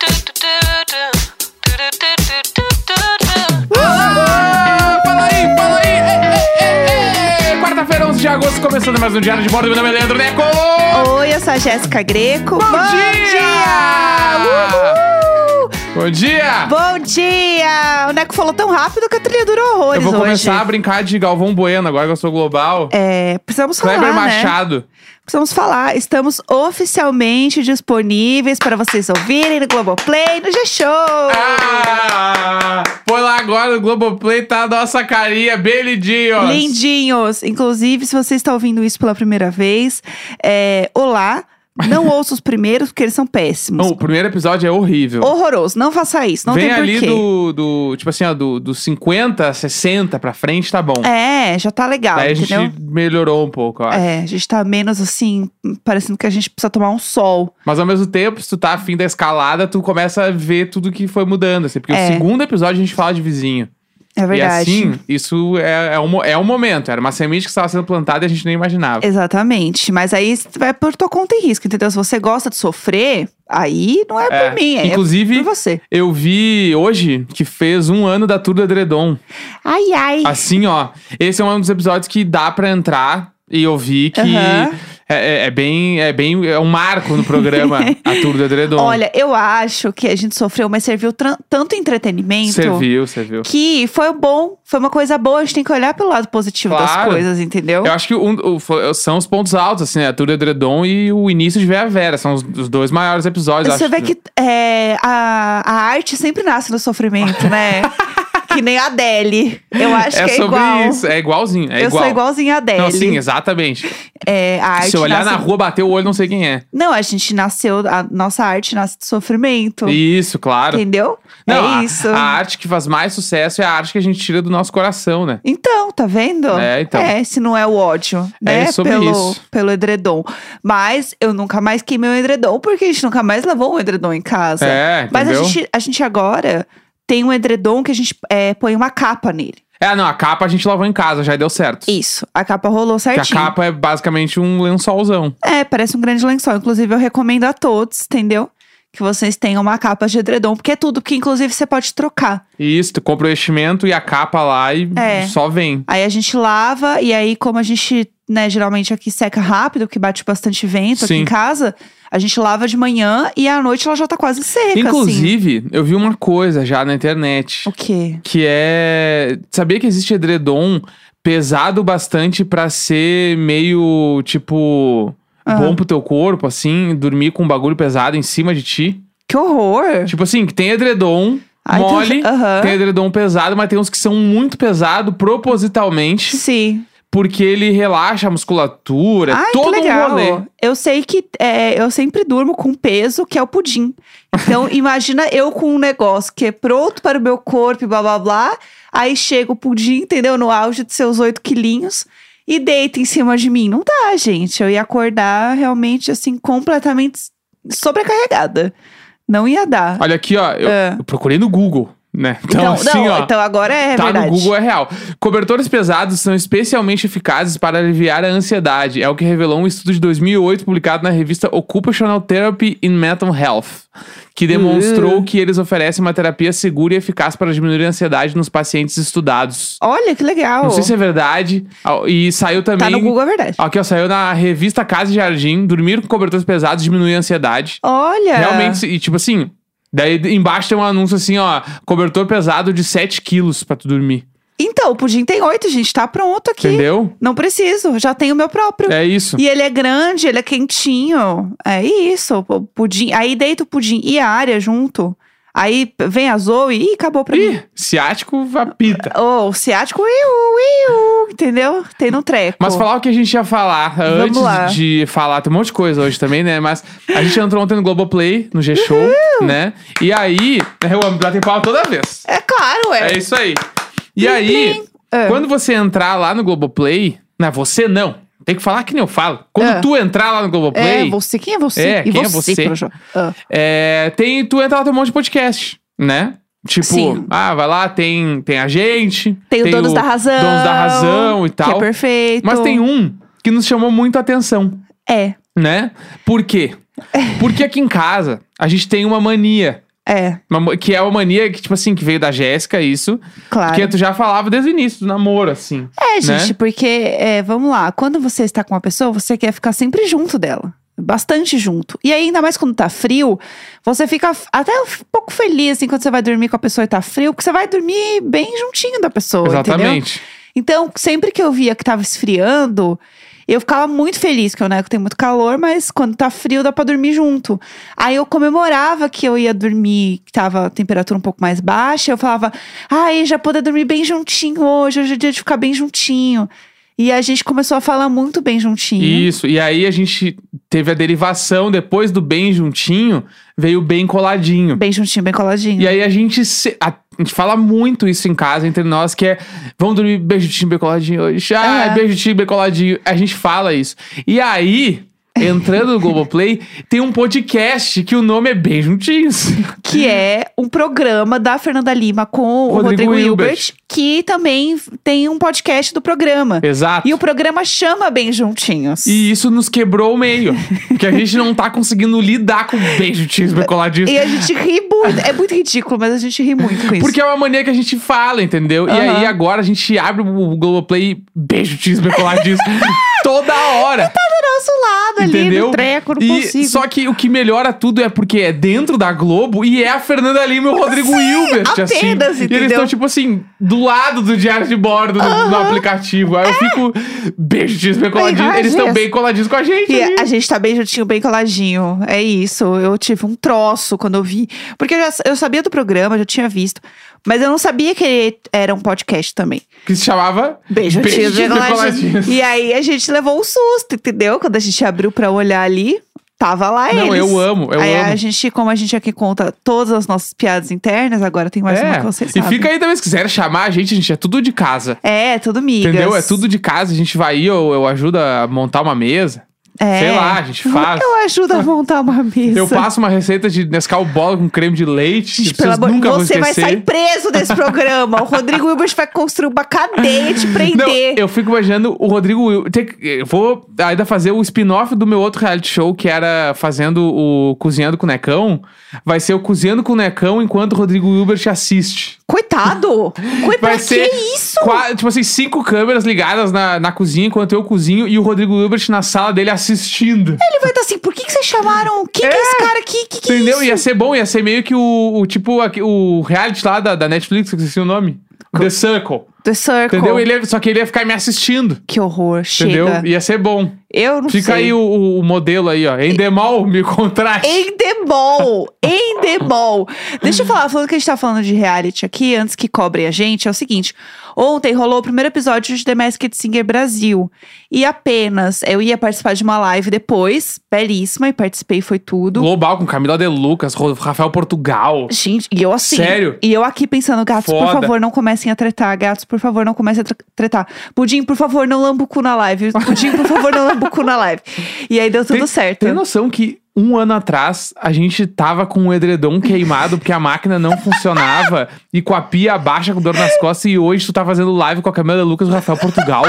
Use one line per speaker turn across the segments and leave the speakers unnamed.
Ah, Começando mais um Diário de Bordo, meu nome é Leandro Neco!
Oi, eu sou a Jéssica Greco.
Bom dia!
Uhul!
Bom dia!
Bom dia! O Neco falou tão rápido que a trilha durou horrores
Eu vou começar a
hoje.
brincar de Galvão Bueno agora que eu sou global.
É, precisamos falar,
Kleber
né?
Machado.
Precisamos falar. Estamos oficialmente disponíveis para vocês ouvirem no Globoplay, no G-Show.
Ah! Foi lá agora no Globoplay, tá a nossa carinha, belidinhos.
Lindinhos! Inclusive, se você está ouvindo isso pela primeira vez, é, olá. Não ouça os primeiros, porque eles são péssimos.
Não, o primeiro episódio é horrível.
Horroroso. Não faça isso. Oh, Não
Vem
tem
ali
porquê.
do, do, tipo assim, ó, do, do 50, 60 pra frente, tá bom.
É, já tá legal,
Daí a gente
entendeu?
melhorou um pouco, ó.
É, a gente tá menos assim, parecendo que a gente precisa tomar um sol.
Mas ao mesmo tempo, se tu tá afim da escalada, tu começa a ver tudo que foi mudando, assim. Porque
É.
o segundo episódio a gente fala de vizinho.
É verdade.
E assim, isso é, é, um, mo- é um momento. Era uma semente que estava sendo plantada e a gente nem imaginava.
Exatamente. Mas aí vai por tua conta e risco, entendeu? Se você gosta de sofrer, aí não é, por mim, é
Inclusive,
por você.
eu vi hoje que fez um ano da Tour do Edredom.
Ai, ai.
Assim, ó. Esse é um dos episódios que dá pra entrar e ouvir que
Aham.
é, é- é bem, é bem. É um marco no programa, a Tour do Edredom.
Olha, eu acho que a gente sofreu, mas serviu tran- tanto entretenimento.
Serviu, serviu.
Que foi bom, foi uma coisa boa, a gente tem que olhar pelo lado positivo das
Claro.
coisas, entendeu?
Eu acho que um- o- fo- são os pontos altos, assim, né? A Tour de Edredom e o início de Vera Vera. São os, os dois maiores episódios,
Você
acho.
vê que é, a, a arte sempre nasce no sofrimento, né? que nem a Adele. Eu acho
é
que é
sobre
igual.
isso. É igualzinho. É
eu
igual.
sou igualzinha a Adele.
Não, sim, exatamente.
É, a arte
Se eu olhar na
nasce-
rua, bater o olho, não sei quem é.
Não, a gente nasceu, a nossa arte nasce do sofrimento.
Isso, claro.
Entendeu?
Não,
é
a,
isso.
a arte que faz mais sucesso é a arte que a gente tira do nosso coração, né?
Então, tá vendo?
É, então.
É, se não é o ódio,
É
né?
sobre
pelo,
isso.
pelo edredom. Mas eu nunca mais queimei o edredom, porque a gente nunca mais lavou um edredom em casa.
É,
Mas a
entendeu?
gente, a gente agora tem um edredom que a gente é, põe uma capa nele.
É, não, a capa a gente lavou em casa, já deu certo.
Isso, a capa rolou
Que
certinho.
a capa é basicamente um lençolzão.
É, parece um grande lençol. Inclusive, eu recomendo a todos, entendeu? Que vocês tenham uma capa de edredom, porque é tudo que, inclusive, você pode trocar.
E Isso, tu compra o enchimento e a capa lá e
É.
só vem.
Aí a gente lava, e aí, como a gente, né, geralmente aqui seca rápido, porque bate bastante vento aqui
Sim.
em casa, a gente lava de manhã e à noite ela já tá quase seca. assim.
Inclusive, eu vi uma coisa já na internet.
O quê?
que é. Sabia que existe edredom pesado bastante pra ser meio, tipo,
Ah.
bom pro teu corpo, assim, dormir com um bagulho pesado em cima de ti?
Que horror!
Tipo assim, que tem edredom
Ai, então
mole,
já- aham.
tem edredom pesado, mas tem uns que são muito pesado propositalmente,
Sim.
porque ele relaxa a musculatura,
Ai,
todo
que legal.
um rolê.
Eu sei que é, eu sempre durmo com peso, que é o pudim. Então, imagina eu com um negócio que é pronto para o meu corpo e blá blá blá. Aí chega o pudim, entendeu? No auge de seus 8 quilinhos e deita em cima de mim. Não dá, gente. Eu ia acordar realmente, assim, completamente sobrecarregada. Não ia dar.
Olha aqui, ó, eu,
É.
eu procurei no Google, né? Então, assim,
não,
ó.
então agora é
tá
verdade.
no Google é real. Cobertores pesados são especialmente eficazes para aliviar a ansiedade. É o que revelou um estudo de 2008 publicado na revista Occupational Therapy in Mental Health, que demonstrou
Uh.
que eles oferecem uma terapia segura e eficaz para diminuir a ansiedade nos pacientes estudados.
Olha que legal.
Não sei se é verdade. Ah, E saiu também.
Oh. Tá no Google é verdade.
Aqui, ó, saiu na revista Casa e Jardim. Dormir com cobertores pesados diminui a ansiedade.
Olha.
Realmente, e tipo assim. Daí embaixo tem um anúncio assim, ó. Cobertor pesado de 7 quilos pra tu dormir.
Então, o pudim tem oito, gente. Tá pronto aqui.
Entendeu?
Não preciso, já tenho o meu próprio.
É isso.
E ele é grande, ele é quentinho. É isso, o pudim. Aí deita o pudim e a área junto. Aí vem a Zoe e acabou pra mim.
Ih, ciático vapita.
Ou o ciático, iu, iu, entendeu? Tem no treco.
Mas falar o que a gente ia falar antes
lá.
de falar, tem um monte de coisa hoje também, né? Mas a gente entrou ontem no Globoplay, no G-Show, né? E aí, né, eu amo bater palma toda vez.
É claro, é.
É isso aí. E
Plim,
aí,
plim. Ah.
quando você entrar lá no Globoplay, não, você não. Tem que falar que nem eu falo. Quando
Ah.
tu entrar lá no
É,
Globoplay,
você, quem é você?
É,
e
quem é
você,
você?
Projota? Ah.
É, tem, tu entra lá, tem um monte de podcast, né? Tipo,
Sim.
ah, vai lá, tem, tem a gente.
Tem o Donos da Razão,
Donos da Razão e
Que é
tal.
perfeito.
Mas tem um que nos chamou muito a atenção,
É.
né? Por quê? Porque aqui em casa a gente tem uma mania
É,
Uma mo- que é uma mania que, tipo assim, que veio da Jéssica, isso.
claro.
Que tu já falava desde o início do namoro, assim.
É, gente,
né?
porque, é, vamos lá, quando você está com uma pessoa, você quer ficar sempre junto dela. Bastante junto. E aí, ainda mais quando tá frio, você fica f- até um f- pouco feliz, assim, quando você vai dormir com a pessoa e tá frio, porque você vai dormir bem juntinho da pessoa, entendeu?
Exatamente.
Então, sempre que eu via que tava esfriando, eu ficava muito feliz, que eu nego tem muito calor, mas quando tá frio dá pra dormir junto. Aí eu comemorava que eu ia dormir, que tava a temperatura um pouco mais baixa, eu falava, ai, já poder dormir bem juntinho hoje, hoje é dia de ficar bem juntinho. E a gente começou a falar muito bem juntinho.
Isso. E aí a gente teve a derivação, depois do bem juntinho, veio o bem coladinho.
Bem juntinho, bem coladinho.
E aí a gente se- a, a gente fala muito isso em casa entre nós, que é vamos dormir beijo time bem coladinho hoje. Ah,
É.
beijo time bem coladinho. A gente fala isso. E aí, entrando no Globoplay, tem um podcast que o nome é Bem Juntinhos.
Que é um programa da Fernanda Lima com o
Rodrigo
Rodrigo
Hilbert.
Hilbert, que também tem um podcast do programa.
Exato.
E o programa chama Bem Juntinhos.
E isso nos quebrou o meio. que a gente não tá conseguindo lidar com beijo time bem coladinho.
E a gente ri muito. É muito ridículo, mas a gente ri muito com isso.
Porque é uma mania que a gente fala, entendeu? E
Aham.
aí agora a gente abre o Globoplay e beijo time bem coladinho toda hora.
do nosso lado ali,
Entendeu?
no treco, não
e
consigo.
Só que o que melhora tudo é porque é dentro da Globo e é a Fernanda Lima e o Rodrigo Hilbert. assim.
apenas,
E eles
entendeu?
estão, tipo assim, do lado do diário de bordo do, do aplicativo. Aí eu fico, beijo, diz, bem coladinho.
É. ai,
Eles estão
Jesus.
bem coladinhos com a gente.
E
ali.
a gente tá bem juntinho, bem coladinho. É isso. Eu tive um troço quando eu vi. Porque eu, já, eu sabia do programa, já tinha visto. Mas eu não sabia que ele era um podcast também.
Que se chamava
Beijo,
Beijo,
tio,
Diz, bem coladinho.
E aí a gente levou um susto, entendeu? Quando a gente abriu pra olhar ali, tava lá
Não,
eles.
eu amo, eu
aí a
amo.
gente, como a gente aqui conta todas as nossas piadas internas, agora tem mais uma
É.
que vocês
E
sabem.
fica aí também, se quiser chamar a gente, a gente é tudo de casa.
É, tudo migas.
Entendeu? É tudo de casa, a gente vai aí, eu, eu ajudo a montar uma mesa.
É.
Sei lá, a gente faz.
Eu ajudo a montar uma mesa.
Eu passo uma receita de Nescau Bola com creme de leite.
Gente,
que vocês
amor-
nunca vão
Você vai
esquecer.
sair preso desse programa. o Rodrigo Wilbert vai construir uma cadeia e te
Não,
prender.
eu fico imaginando o Rodrigo Wil- tem que- Eu vou ainda fazer o spin-off do meu outro reality show, que era fazendo o Cozinhando com o Necão. Vai ser o Cozinhando com o Necão enquanto o Rodrigo Wilbert assiste.
Coitado! Coitado,
Vai
pra
ser
que isso?
qua- tipo assim, cinco câmeras ligadas na, na cozinha enquanto eu cozinho e o Rodrigo Wilbert na sala dele assistindo.
Ele vai estar assim, por que, que vocês chamaram? Quem que é esse cara aqui? Que que é
Entendeu?
isso?
Ia ser bom, ia ser meio que o, o tipo aqui- o reality lá da, da Netflix, que eu esqueci o nome. The Circle.
The Circle.
Entendeu? Ele ia- só que ele ia ficar me assistindo.
Que horror,
Entendeu?
chega.
Ia ser bom.
Eu não
Fica
sei.
aí o- o, o modelo aí, ó. Endemol, me contrate.
Endemol! Endemol! Deixa eu falar, falando que a gente tá falando de reality aqui, antes que cobrem a gente, é o seguinte. Ontem rolou o primeiro episódio de The Masked Singer Brasil. E apenas eu ia participar de uma live depois, belíssima, e participei, foi tudo.
Global com Camila De Lucas, Ro- Rafael Portugal.
Gente, e eu assim.
Sério?
E eu aqui pensando, gatos,
Foda.
por favor, não comecem a tretar. Gatos, por favor, não comecem a tre- tretar. Pudim, por favor, não lamba o cu na live. Pudim, por favor, não lamba o cu na live. E aí deu tá tudo
Tem-
certo.
Tem noção que um ano atrás a gente tava com o edredom queimado porque a máquina não funcionava e com a pia baixa com dor nas costas e hoje tu tá fazendo live com a Camila De Lucas e o Rafael Portugal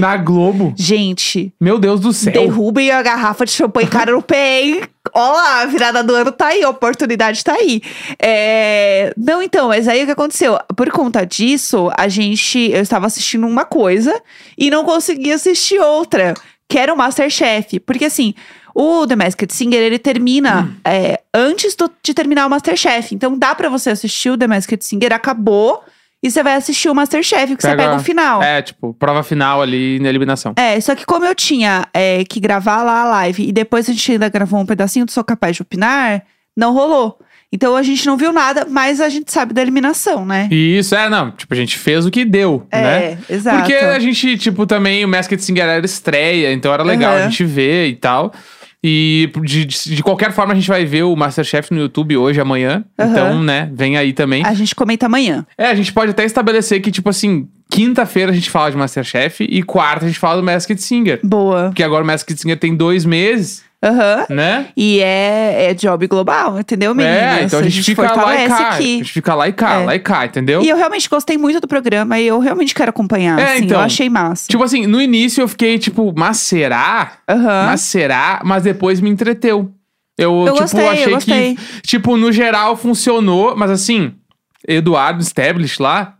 na Globo.
Gente,
Meu Deus do céu.
Derrubem a garrafa de champanhe cara no pé, hein? Ó lá, a virada do ano tá aí, a oportunidade tá aí. É, Não, então, mas aí o que aconteceu? Por conta disso, a gente. Eu estava assistindo uma coisa e não conseguia assistir outra, que era o Masterchef. Porque assim. O The Masked Singer, ele termina é, antes do- de terminar o Masterchef. Então dá pra você assistir o The Masked Singer, acabou, e você vai assistir o Masterchef, que você pega o final.
É, tipo, prova final ali na eliminação.
É, só que como eu tinha é, que gravar lá a live e depois a gente ainda gravou um pedacinho do Sou Capaz de Opinar, não rolou. Então a gente não viu nada, mas a gente sabe da eliminação, né?
E isso, é, não. Tipo, a gente fez o que deu, né?
É, exato.
Porque a gente, tipo, também o Masked Singer era estreia, então era legal
Aham.
a gente ver e tal. E de, de, de qualquer forma a gente vai ver o Masterchef no YouTube hoje, amanhã.
Aham.
Então, né, vem aí também.
A gente comenta amanhã.
É, a gente pode até estabelecer que, tipo assim, quinta-feira a gente fala de Masterchef e quarta a gente fala do Masked Singer.
Boa.
Porque agora o Masked Singer tem dois meses,
Aham.
né?
E é, é job global, entendeu, meninas?
é, então a gente, fica lá e
fortalece
cá. A
aqui.
gente fica lá e cá,
É.
lá e cá, entendeu?
E eu realmente gostei muito do programa e eu realmente quero acompanhar.
É,
assim,
então.
Eu achei massa.
Tipo assim, no início eu fiquei tipo, mas será?
Aham.
Mas será? Mas depois me entreteu. Eu,
Eu
tipo,
gostei, eu
achei
gostei.
que, tipo, no geral funcionou, mas assim, Eduardo Stablish lá,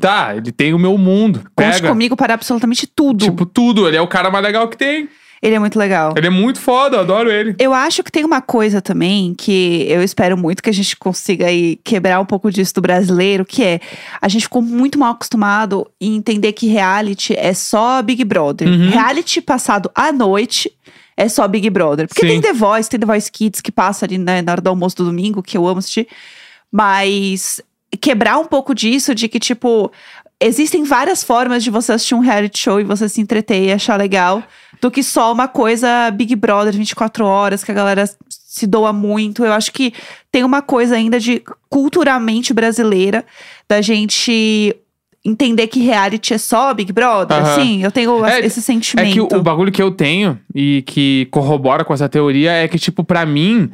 tá, ele tem o meu mundo.
Conte
Pega.
comigo para absolutamente tudo.
Tipo, tudo. Ele é o cara mais legal que tem.
Ele é muito legal.
Ele é muito foda, eu adoro ele.
Eu acho que tem uma coisa também que eu espero muito que a gente consiga aí quebrar um pouco disso do brasileiro, que é a gente ficou muito mal acostumado em entender que reality é só Big Brother.
Uhum.
Reality passado à noite é só Big Brother. Porque
Sim.
tem The Voice, tem The Voice Kids que passa ali né, na hora do almoço do domingo, que eu amo assistir. Mas quebrar um pouco disso de que, tipo, existem várias formas de você assistir um reality show e você se entreter e achar legal, do que só uma coisa Big Brother 24 horas, que a galera se doa muito. Eu acho que tem uma coisa ainda de culturalmente brasileira, da gente entender que reality é só Big Brother.
Aham.
Sim, eu tenho
É-
esse sentimento.
É que o, o bagulho que eu tenho e que corrobora com essa teoria é que, tipo, pra mim.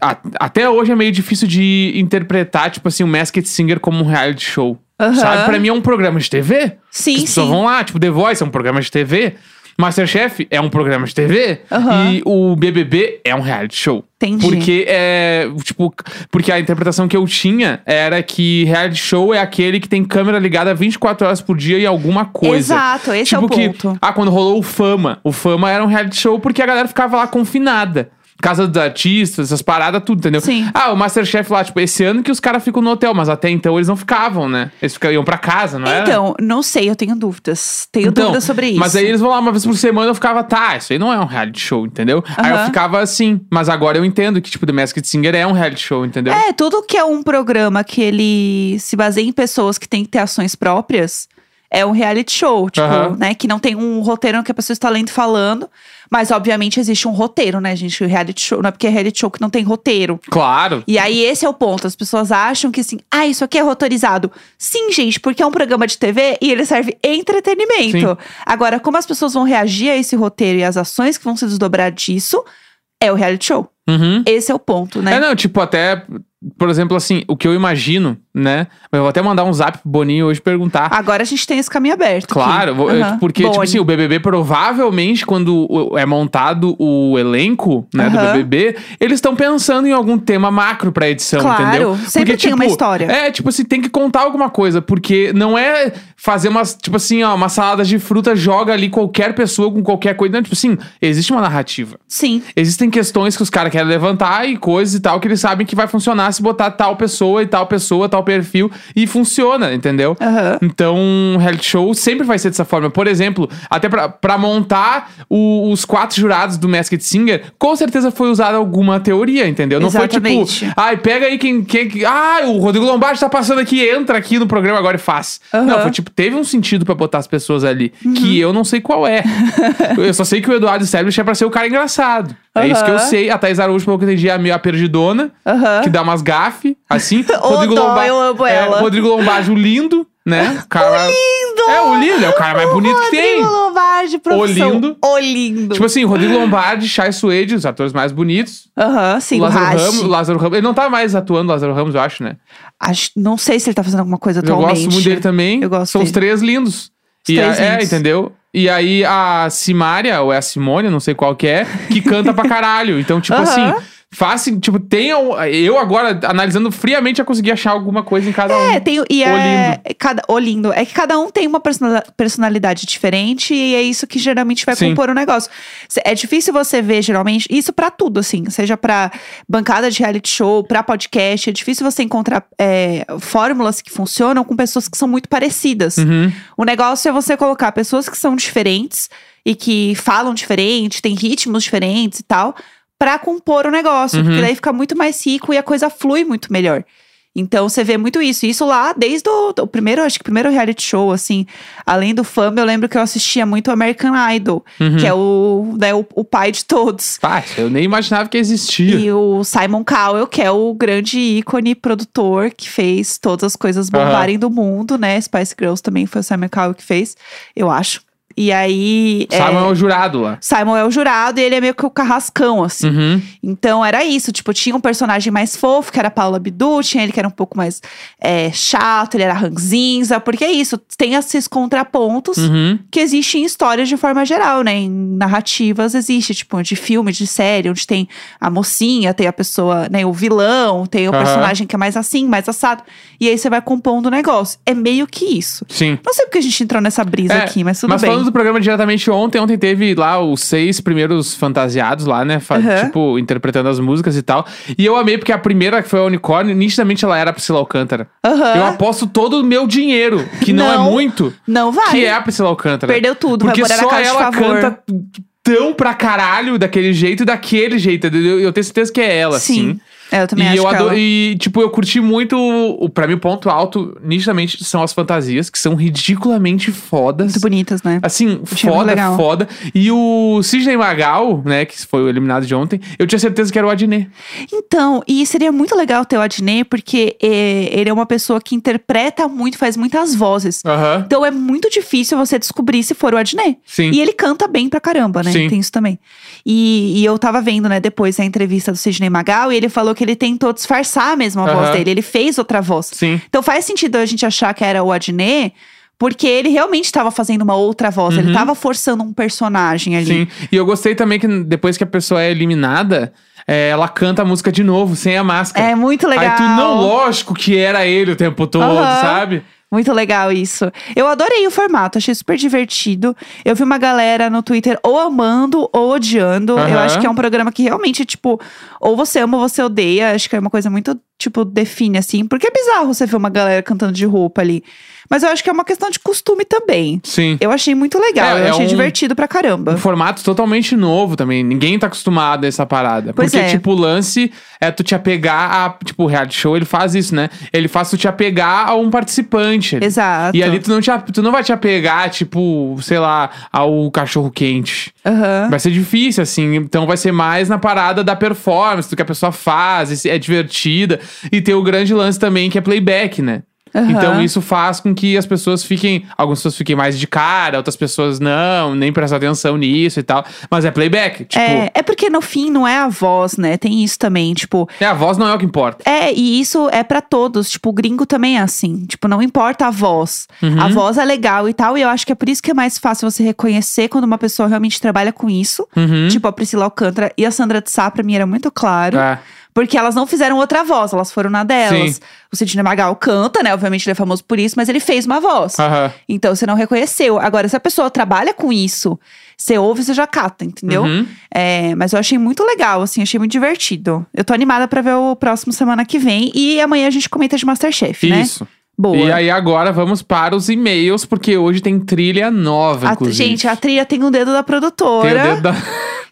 a- até hoje é meio difícil de interpretar, tipo assim, o Masked Singer como um reality show.
Aham.
Sabe? Pra mim é um programa de TV. As
Sim,
pessoas
sim.
vão lá, tipo, The Voice é um programa de TV. Masterchef é um programa de TV.
Aham.
E o BBB é um reality show.
Entendi.
Porque é, tipo, porque a interpretação que eu tinha era que reality show é aquele que tem câmera ligada 24 horas por dia e alguma coisa.
Exato, esse
tipo
é o
que,
ponto.
ah, quando rolou o Fama, o Fama era um reality show porque a galera ficava lá confinada. Casa dos artistas, essas paradas, tudo, entendeu?
Sim.
Ah, o Masterchef lá, tipo, esse ano que os caras ficam no hotel, mas até então eles não ficavam, né? Eles ficavam, iam pra casa, não era?
Então, não sei, eu tenho dúvidas. Tenho
Então,
dúvidas sobre isso.
Mas aí eles vão lá uma vez por semana, eu ficava, tá, isso aí não é um reality show, entendeu? Aí eu
Aham.
ficava assim, mas agora eu entendo que, tipo, The Masked Singer é um reality show, entendeu?
É, tudo que é um programa que ele se baseia em pessoas que têm que ter ações próprias é um reality show, tipo,
Aham.
né? Que não tem um roteiro no que a pessoa está lendo e falando. Mas, obviamente, existe um roteiro, né, gente? O reality show. Não é porque é reality show que não tem roteiro.
Claro.
E aí, esse é o ponto. As pessoas acham que assim, ah, isso aqui é roteirizado. Sim, gente, porque é um programa de TV e ele serve entretenimento. Agora, como as pessoas vão reagir a esse roteiro e as ações que vão se desdobrar disso, é o reality show.
Uhum.
Esse é o ponto, né?
É, não, tipo, até, por exemplo, assim, o que eu imagino, né? Eu vou até mandar um zap pro Boninho hoje perguntar.
Agora a gente tem esse caminho aberto. aqui.
Claro, vou- eu-
Aham.
porque,
Bom,
tipo assim, o BBB provavelmente, quando o- é montado o elenco, né, do
Aham.
BBB, eles estão pensando em algum tema macro pra edição,
Claro,
entendeu?
sempre tem uma história.
É, tipo assim, tem que contar alguma coisa, porque não é fazer umas, tipo assim, ó, uma salada de fruta, joga ali qualquer pessoa com qualquer coisa. Não, tipo assim, existe uma narrativa.
Sim.
Existem questões que os caras querem levantar e coisas e tal, que eles sabem que vai funcionar se botar tal pessoa e tal pessoa, tal perfil, e funciona, entendeu?
Aham.
Então, reality show sempre vai ser dessa forma. Por exemplo, até pra, pra montar o- os quatro jurados do Masked Singer, com certeza foi usada alguma teoria, entendeu? Não foi
Exatamente.
tipo, ai, pega aí quem, quem. que- Ah, o Rodrigo Lombardi tá passando aqui, entra aqui no programa agora e faz.
Aham. Uhum.
Não, foi tipo, teve um sentido pra botar as pessoas ali, que eu não sei qual é. eu só sei que o Eduardo Stablish é pra ser o cara engraçado. É isso que eu
Aham.
sei. A Thais Araújo, pelo que eu entendi, é a, minha- a perdidona,
Aham.
que dá umas gafes, assim.
Ô, dó, eu amo
é,
ela.
Rodrigo Lombardi, o lindo, né? O, cara,
Lindo!
É, o lindo, é o cara mais bonito que tem.
Rodrigo Lombardi, profissão.
Olindo.
Olindo.
Tipo assim, Rodrigo Lombardi, Chay Suede, os atores mais bonitos.
Aham, sim, o
Lázaro
Hash.
Ramos, Lázaro Ramos. Ele não tá mais atuando, Lázaro Ramos, eu acho, né?
Acho- não sei se ele tá fazendo alguma coisa
Eu
atualmente. né?
gosto muito dele também.
Eu gosto
São os
dele.
três lindos.
Os
e
três
a- É,
lindos.
entendeu? E aí a Simária, ou é a Simone, não sei qual que é, que canta pra caralho. Então, tipo
Aham.
assim, fácil, tipo, tem... um- Eu agora, analisando friamente, já consegui achar alguma coisa em cada um.
É, tem, e é, cada, Olindo. É que cada um tem uma persona- personalidade diferente e é isso que geralmente vai
Sim.
compor o negócio. Cê- É difícil você ver, geralmente, isso pra tudo, assim, seja pra bancada de reality show, pra podcast. É difícil você encontrar é, fórmulas que funcionam com pessoas que são muito parecidas.
Uhum.
O negócio é você colocar pessoas que são diferentes e que falam diferente, têm ritmos diferentes e tal, pra compor o negócio,
Uhum.
porque daí fica muito mais rico e a coisa flui muito melhor. Então você vê muito isso. Isso lá desde o, o primeiro, acho que o primeiro reality show, assim, além do fama, eu lembro que eu assistia muito American Idol,
Uhum.
que é o, né, o, o pai de todos.
Pá, eu nem imaginava que existia.
E o Simon Cowell, que é o grande ícone produtor que fez todas as coisas bombarem do mundo, né? Spice Girls também foi o Simon Cowell que fez, eu acho. E aí. é,
Simon é o jurado lá.
Simon é o jurado e ele é meio que o carrascão, assim.
Uhum.
Então era isso, tipo, tinha um personagem mais fofo, que era a Paula Bidu, tinha ele que era um pouco mais é, chato, ele era ranzinza, porque é isso, tem esses contrapontos
Uhum.
que existem em histórias de forma geral, né? Em narrativas existe, tipo, de filme, de série, onde tem a mocinha, tem a pessoa, né, o vilão, tem o
Aham.
personagem que é mais assim, mais assado. E aí você vai compondo o negócio. É meio que isso.
Sim.
Não sei porque a gente entrou nessa brisa
É,
aqui, mas tudo
Mas
bem.
falando do programa diretamente ontem, ontem teve lá os seis primeiros fantasiados lá, né? Fa-
Aham.
Tipo, interpretando as músicas e tal. E eu amei porque a primeira, que foi a Unicórnio, nitidamente ela era a Priscila Alcântara.
Aham.
Eu aposto todo o meu dinheiro, que não,
Não.
é muito,
Não vai.
que é a Priscila Alcântara.
Perdeu tudo,
Porque
vai morar na
só
casa de
ela
favor.
canta tão pra caralho daquele jeito e daquele jeito. Eu, eu tenho certeza que é ela,
Sim.
assim.
É, eu também
e
acho
eu
que
ado-
ela...
e, tipo, eu curti muito. O, pra mim, o ponto alto, nitidamente, são as fantasias, que são ridiculamente fodas.
Muito bonitas, né?
Assim,
Achei muito
foda,
legal.
foda. E o Sidney Magal, né, que foi o eliminado de ontem, eu tinha certeza que era o Adnet.
Então, e seria muito legal ter o Adnet, porque eh, ele é uma pessoa que interpreta muito, faz muitas vozes.
Aham.
Então é muito difícil você descobrir se for o Adnet.
Sim.
E ele canta bem pra caramba, né?
Sim.
Tem isso também. E, e eu tava vendo, né, depois a entrevista do Sidney Magal, e ele falou que ele tentou disfarçar mesmo a voz
Aham.
dele. Ele fez outra voz.
Sim.
Então faz sentido a gente achar que era o Adnet, porque ele realmente estava fazendo uma outra voz. Ele
Uhum.
tava forçando um personagem ali.
Sim. E eu gostei também que depois que a pessoa é eliminada, é, ela canta a música de novo, sem a máscara.
É muito legal.
Aí tu, não, lógico que era ele o tempo todo,
Aham.
sabe?
Muito legal isso. Eu adorei o formato, achei super divertido. Eu vi uma galera no Twitter ou amando ou odiando.
Aham.
Eu acho que é um programa que realmente, tipo, ou você ama ou você odeia. Acho que é uma coisa muito, tipo, define assim. Porque é bizarro você ver uma galera cantando de roupa ali. Mas eu acho que é uma questão de costume também.
Sim.
Eu achei muito legal,
É,
eu
é
achei
um-
divertido pra
Um
caramba.
formato totalmente novo também. Ninguém tá acostumado a essa parada.
Pois
Porque,
é.
tipo, o lance é tu te apegar a. Tipo, o reality show ele faz isso, né? Ele faz tu te apegar a um participante. ali.
Exato.
E ali tu não, te, ap- tu não vai te apegar, tipo, sei lá, ao cachorro quente.
Aham.
Vai ser difícil, assim. Então vai ser mais na parada da performance, do que a pessoa faz, e se é divertida. E tem o grande lance também, que é playback, né?
Aham.
Então isso faz com que as pessoas fiquem. Algumas pessoas fiquem mais de cara, outras pessoas não, nem prestam atenção nisso e tal. Mas é playback. Tipo,
É, é porque no fim não é a voz, né? Tem isso também, tipo,
é, a voz não é o que importa.
É, e isso é pra todos. Tipo, o gringo também é assim. Tipo, não importa a voz.
Uhum.
A voz é legal e tal. E eu acho que é por isso que é mais fácil você reconhecer quando uma pessoa realmente trabalha com isso.
Uhum.
Tipo, a Priscila Alcântara e a Sandra de Sá, pra mim, era muito claro.
É.
Porque elas não fizeram outra voz, elas foram na delas.
Sim.
O Sidney Magal canta, né? Obviamente ele é famoso por isso, mas ele fez uma voz.
Aham.
Então você não reconheceu. Agora, se a pessoa trabalha com isso, você ouve, você já cata, entendeu?
Uhum.
É, mas eu achei muito legal, assim, achei muito divertido. Eu tô animada pra ver o próximo semana que vem. E amanhã a gente comenta de Masterchef, né?
Isso.
Boa.
E aí agora vamos para os e-mails, porque hoje tem trilha nova,
A-
inclusive.
gente, a trilha tem um dedo da
tem
produtora,
o dedo da...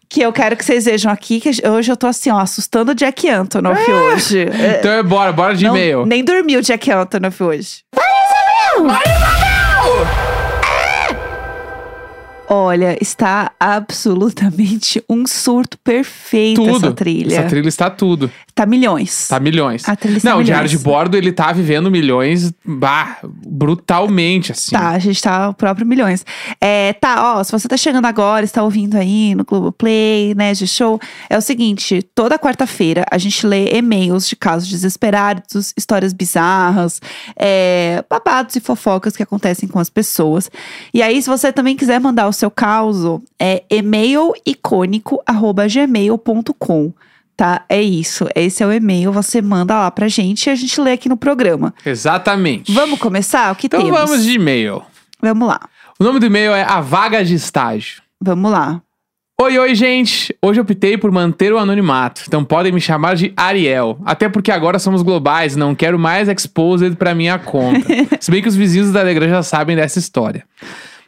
que eu quero que vocês vejam aqui, que hoje eu tô assim, ó, assustando o Jack Antonoff hoje. É,
Então é bora, bora Ah! de
não-
e-mail.
Nem dormiu o Jack Antonoff hoje. Olha, está absolutamente um surto perfeito
Tudo.
essa trilha.
Essa trilha está tudo.
Tá milhões.
Tá milhões.
A trilha está
Não, o
milhões.
Diário de Bordo, ele tá vivendo milhões, bah, brutalmente, assim.
Tá, a gente tá o próprio milhões. É, tá, ó, se você tá chegando agora, está ouvindo aí no Globoplay, né, de show, é o seguinte, toda quarta-feira a gente lê e-mails de casos desesperados, histórias bizarras, é, babados e fofocas que acontecem com as pessoas. E aí, se você também quiser mandar o seu caso, é e-mailicônico@gmail.com. Tá, é isso. Esse é o e-mail. Você manda lá pra gente e a gente lê aqui no programa.
Exatamente.
Vamos começar? O que
Então
temos?
vamos de e-mail.
Vamos lá.
O nome do e-mail é A Vaga de Estágio.
Vamos lá.
Oi, oi, gente! Hoje optei por manter o anonimato, então podem me chamar de Ariel. Até porque agora somos globais, não quero mais exposed pra minha conta. Se bem que os vizinhos da Alegrã já sabem dessa história.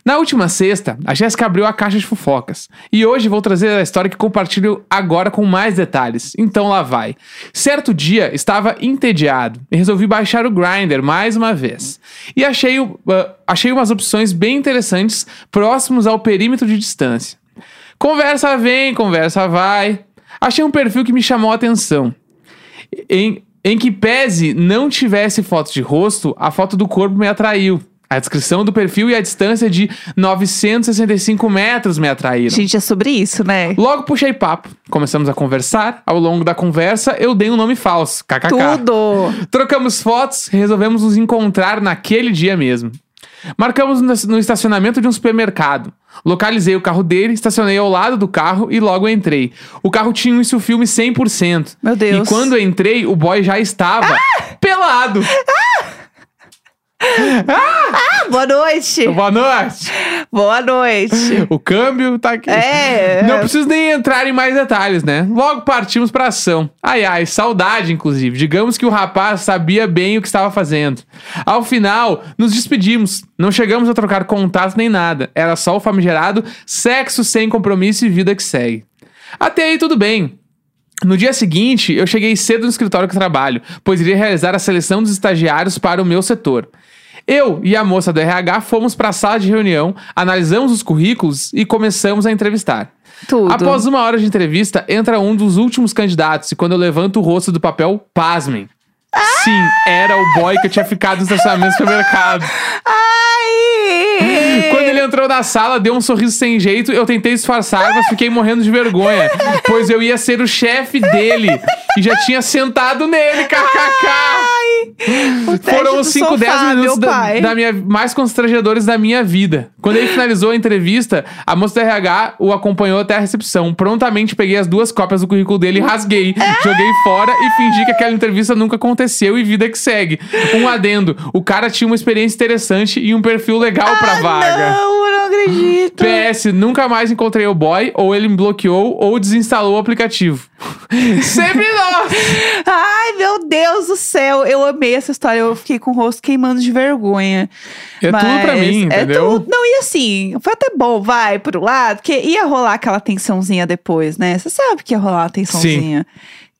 Na última sexta, a Jéssica abriu a caixa de fofocas. E hoje vou trazer a história que compartilho agora com mais detalhes. Então lá vai. Certo dia, estava entediado e resolvi baixar o Grindr mais uma vez. E achei, uh, achei umas opções bem interessantes próximos ao perímetro de distância. Conversa vem, conversa vai. Achei um perfil que me chamou a atenção. Em, em que pese não tivesse foto de rosto, a foto do corpo me atraiu. A descrição do perfil e a distância de 965 metros me atraíram.
Gente, é sobre isso, né?
Logo puxei papo, começamos a conversar. Ao longo da conversa, eu dei um nome falso, kkk.
Tudo!
Trocamos fotos, resolvemos nos encontrar naquele dia mesmo. Marcamos no- no estacionamento de um supermercado. Localizei o carro dele, estacionei ao lado do carro e logo entrei. O carro tinha um isso filme 100%.
Meu Deus.
E quando eu entrei, o boy já estava pelado.
Ah, boa noite!
Boa noite.
Boa noite!
O câmbio tá aqui.
É.
Não preciso nem entrar em mais detalhes, né? Logo partimos pra ação. Ai, ai, saudade, inclusive. Digamos que o rapaz sabia bem o que estava fazendo. Ao final, nos despedimos. Não chegamos a trocar contato nem nada. Era só o famigerado sexo sem compromisso e vida que segue. Até aí, tudo bem. No dia seguinte, eu cheguei cedo no escritório que trabalho, pois iria realizar a seleção dos estagiários para o meu setor. Eu e a moça do RH fomos para a sala de reunião, analisamos os currículos e começamos a entrevistar.
Tudo.
Após uma hora de entrevista, entra um dos últimos candidatos e quando eu levanto o rosto do papel, pasmem. Sim, era o boy que eu tinha ficado no estacionamento do supermercado.
Ai!
Quando ele entrou na sala, deu um sorriso sem jeito, eu tentei disfarçar, mas fiquei morrendo de vergonha, pois eu ia ser o chefe dele e já tinha sentado nele, kkk.
O teste
Foram
do
os 5, 10
sofá,
minutos
meu
da,
pai.
da minha, mais constrangedores da minha vida. Quando ele finalizou a entrevista, a moça do RH o acompanhou até a recepção. Prontamente peguei as duas cópias do currículo dele, rasguei, joguei fora e fingi que aquela entrevista nunca aconteceu e vida que segue. Um adendo: o cara tinha uma experiência interessante e um perfil legal pra vaga.
Ah, Não, eu não acredito.
PS, nunca mais encontrei o boy, ou ele me bloqueou, ou desinstalou o aplicativo. Sempre nós!
Ai, meu Deus do céu. Eu amei essa história. Eu fiquei com o rosto queimando de vergonha.
É
Mas
tudo pra mim,
é
entendeu?
tudo- Não, e assim, foi até bom, vai, pro lado. Porque ia rolar aquela tensãozinha depois, né? Você sabe que ia rolar uma tensãozinha.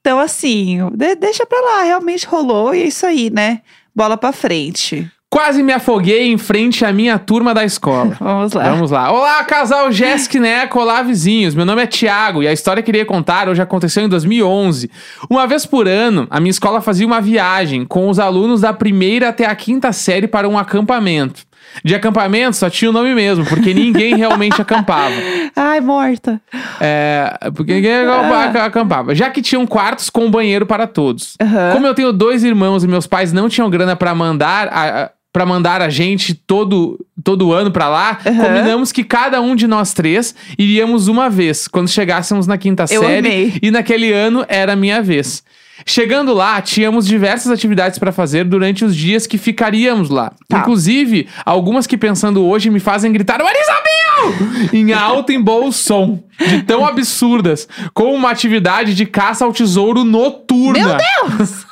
Então, assim, de- deixa pra lá. Realmente rolou e é isso aí, né? Bola pra frente.
Quase me afoguei em frente à minha turma da escola.
Vamos lá.
Vamos lá. Olá, casal Jéssica Neco, olá, vizinhos. Meu nome é Tiago e a história que eu queria contar hoje aconteceu em 2011. Uma vez por ano, a minha escola fazia uma viagem com os alunos da primeira até a quinta série para um acampamento. De acampamento só tinha o nome mesmo, porque ninguém realmente acampava.
Ai, morta.
É, porque ninguém
Ah.
acampa- acampava. Já que tinham quartos com banheiro para todos.
Aham.
Como eu tenho dois irmãos e meus pais não tinham grana para mandar a, para mandar a gente todo todo ano para lá,
Aham.
combinamos que cada um de nós três iríamos uma vez quando chegássemos na quinta
Eu
série.
amei.
E naquele ano era a minha vez. Chegando lá, tínhamos diversas atividades para fazer durante os dias que ficaríamos lá.
Tá.
Inclusive, algumas que pensando hoje me fazem gritar Marisabel! em alto e bom som, de tão absurdas, como uma atividade de caça ao tesouro noturna.
Meu Deus!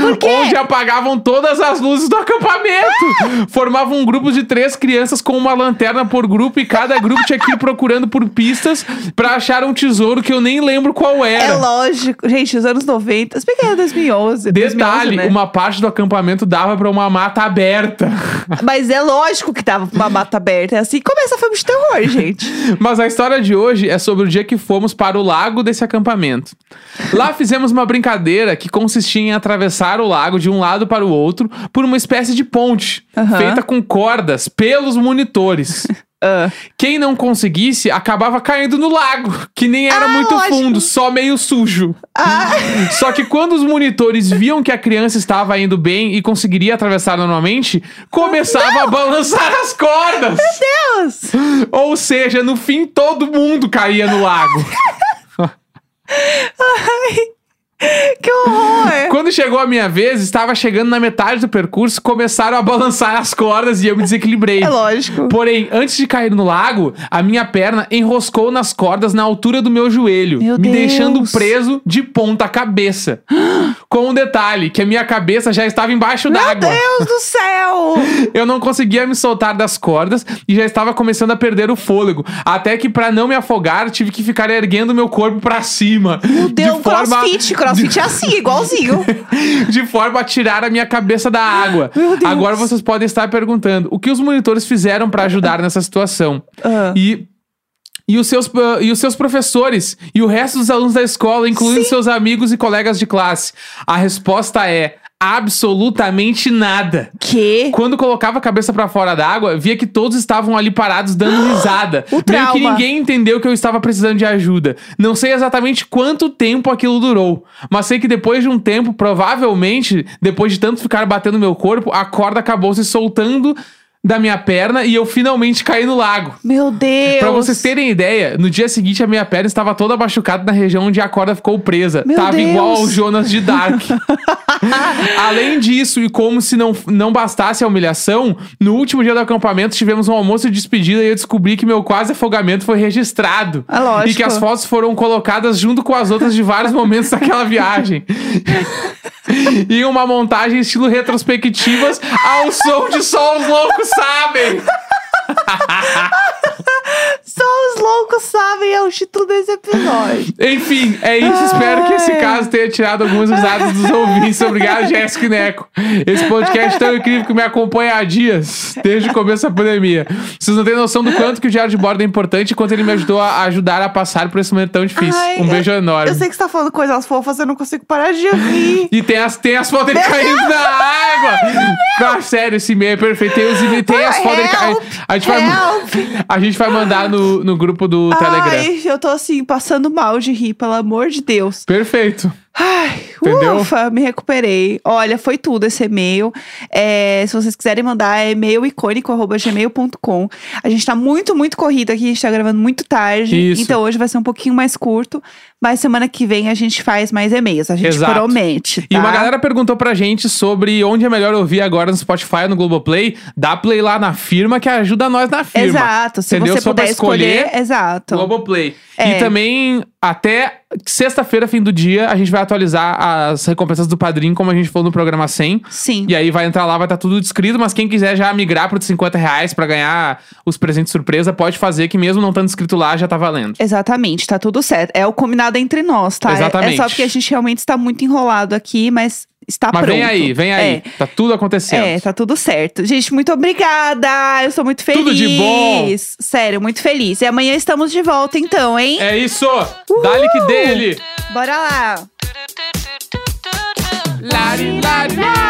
Por quê?
Onde apagavam todas as luzes do acampamento. Formavam um grupo de três crianças com uma lanterna por grupo e cada grupo tinha que ir procurando por pistas pra achar um tesouro que eu nem lembro qual era.
É lógico. Gente, os anos 90. Se bem que era 2011.
Detalhe,
2011, né?
uma parte do acampamento dava pra uma mata aberta.
Mas é lógico que tava com uma mata aberta. É assim que começa filme de terror, gente.
Mas a história de hoje é sobre o dia que fomos para o lago desse acampamento. Lá fizemos uma brincadeira que consistia em atravessar o lago de um lado para o outro por uma espécie de ponte,
Aham.
feita com cordas pelos monitores.
Ah.
Quem não conseguisse acabava caindo no lago, que nem era
Ah,
muito
lógico.
fundo, só meio sujo.
Ah,
Só que quando os monitores viam que a criança estava indo bem e conseguiria atravessar normalmente, começava a balançar as cordas.
Deus!
Ou seja, no fim todo mundo caía no lago.
Que horror!
Quando chegou a minha vez, estava chegando na metade do percurso, começaram a balançar as cordas e eu me desequilibrei.
É lógico.
Porém, antes de cair no lago, a minha perna enroscou nas cordas na altura do meu joelho,
Meu
me
Deus.
deixando preso de ponta cabeça. Com um detalhe, que a minha cabeça já estava embaixo
Meu
d'água.
Deus do céu!
Eu não conseguia me soltar das cordas e já estava começando a perder o fôlego. Até que, pra não me afogar, tive que ficar erguendo meu corpo pra cima. Meu
Deu um crossfit. Crossfit é assim, igualzinho.
de forma a tirar a minha cabeça da água.
Meu Deus.
Agora vocês podem estar perguntando o que os monitores fizeram pra ajudar nessa situação.
Ah.
E. E os, seus, ah, e os seus professores e o resto dos alunos da escola, incluindo seus amigos e colegas de classe. A resposta é absolutamente nada.
Que?
Quando colocava a cabeça pra fora da água, via que todos estavam ali parados dando risada.
O
Meio que
trauma.
ninguém entendeu que eu estava precisando de ajuda. Não sei exatamente quanto tempo aquilo durou, mas sei que depois de um tempo, provavelmente, depois de tanto ficar batendo meu corpo, a corda acabou se soltando da minha perna e eu finalmente caí no lago.
Meu Deus.
Pra vocês terem ideia, no dia seguinte a minha perna estava toda machucada na região onde a corda ficou presa.
Meu
Tava
Deus.
igual ao Jonas de Dark. Além disso, e como se não, não bastasse a humilhação, no último dia do acampamento tivemos um almoço de despedida e eu descobri que meu quase afogamento foi registrado.
É lógico.
E que as fotos foram colocadas junto com as outras de vários momentos daquela viagem. e uma montagem estilo retrospectivas ao som de Só os Loucos Sabem.
Só os loucos sabem, é o título desse episódio.
Enfim, é isso. Espero que esse
Ai.
caso tenha tirado algumas risadas dos ouvintes. Obrigado, Jéssica e Neco. Esse podcast é tão incrível que me acompanha há dias, desde o começo da pandemia. Vocês não têm noção do quanto que o Diário de Bordo é importante e quanto ele me ajudou a ajudar a passar por esse momento tão difícil.
Ai,
um beijo enorme.
Eu sei que você tá falando coisas fofas, eu não consigo parar de rir.
E tem as, tem as fotos dele caindo na água. Ah, sério, esse e-mail é perfeito. Tem, os, e- tem as
Ah,
fotos dele caindo.
help,
A gente, vai,
help.
a gente vai mandar no, no grupo do Telegram.
Ai, eu tô assim, passando mal de rir, pelo amor de Deus.
Perfeito.
Ai,
Entendeu?
ufa, me recuperei. Olha, foi tudo esse e-mail. É, se vocês quiserem mandar, é e-mailicônico.gmail.com. A gente tá muito, muito corrido aqui, a gente tá gravando muito tarde.
Isso.
Então hoje vai ser um pouquinho mais curto, mas semana que vem a gente faz mais e-mails. A gente
Exato.
promete.
E
tá?
uma galera perguntou pra gente sobre onde é melhor ouvir agora no Spotify, no Globoplay. Dá play lá na firma que ajuda nós na firma.
Exato, se
Entendeu?
você
Só
puder
pra
escolher, exato.
Globoplay.
É.
E também, até sexta-feira, fim do dia, a gente vai atualizar as recompensas do padrinho, como a gente falou no programa 100.
Sim.
E aí vai entrar lá, vai estar tudo descrito, mas quem quiser já migrar pro de 50 reais pra ganhar os presentes surpresa, pode fazer, que mesmo não estando escrito lá, já tá valendo.
Exatamente, tá tudo certo. É o combinado entre nós, tá? É- É,
Exatamente.
só porque a gente realmente está muito enrolado aqui, mas está
mas
Tá pronto.
vem aí, vem aí. Tá tudo acontecendo.
É, é, tá tudo certo. Gente, muito obrigada! Eu sou muito feliz.
Tudo de bom.
Sério, muito feliz. E amanhã estamos de volta, então, hein?
É isso! Dá-lhe que dele!
Bora lá!
Lari, lari, lari.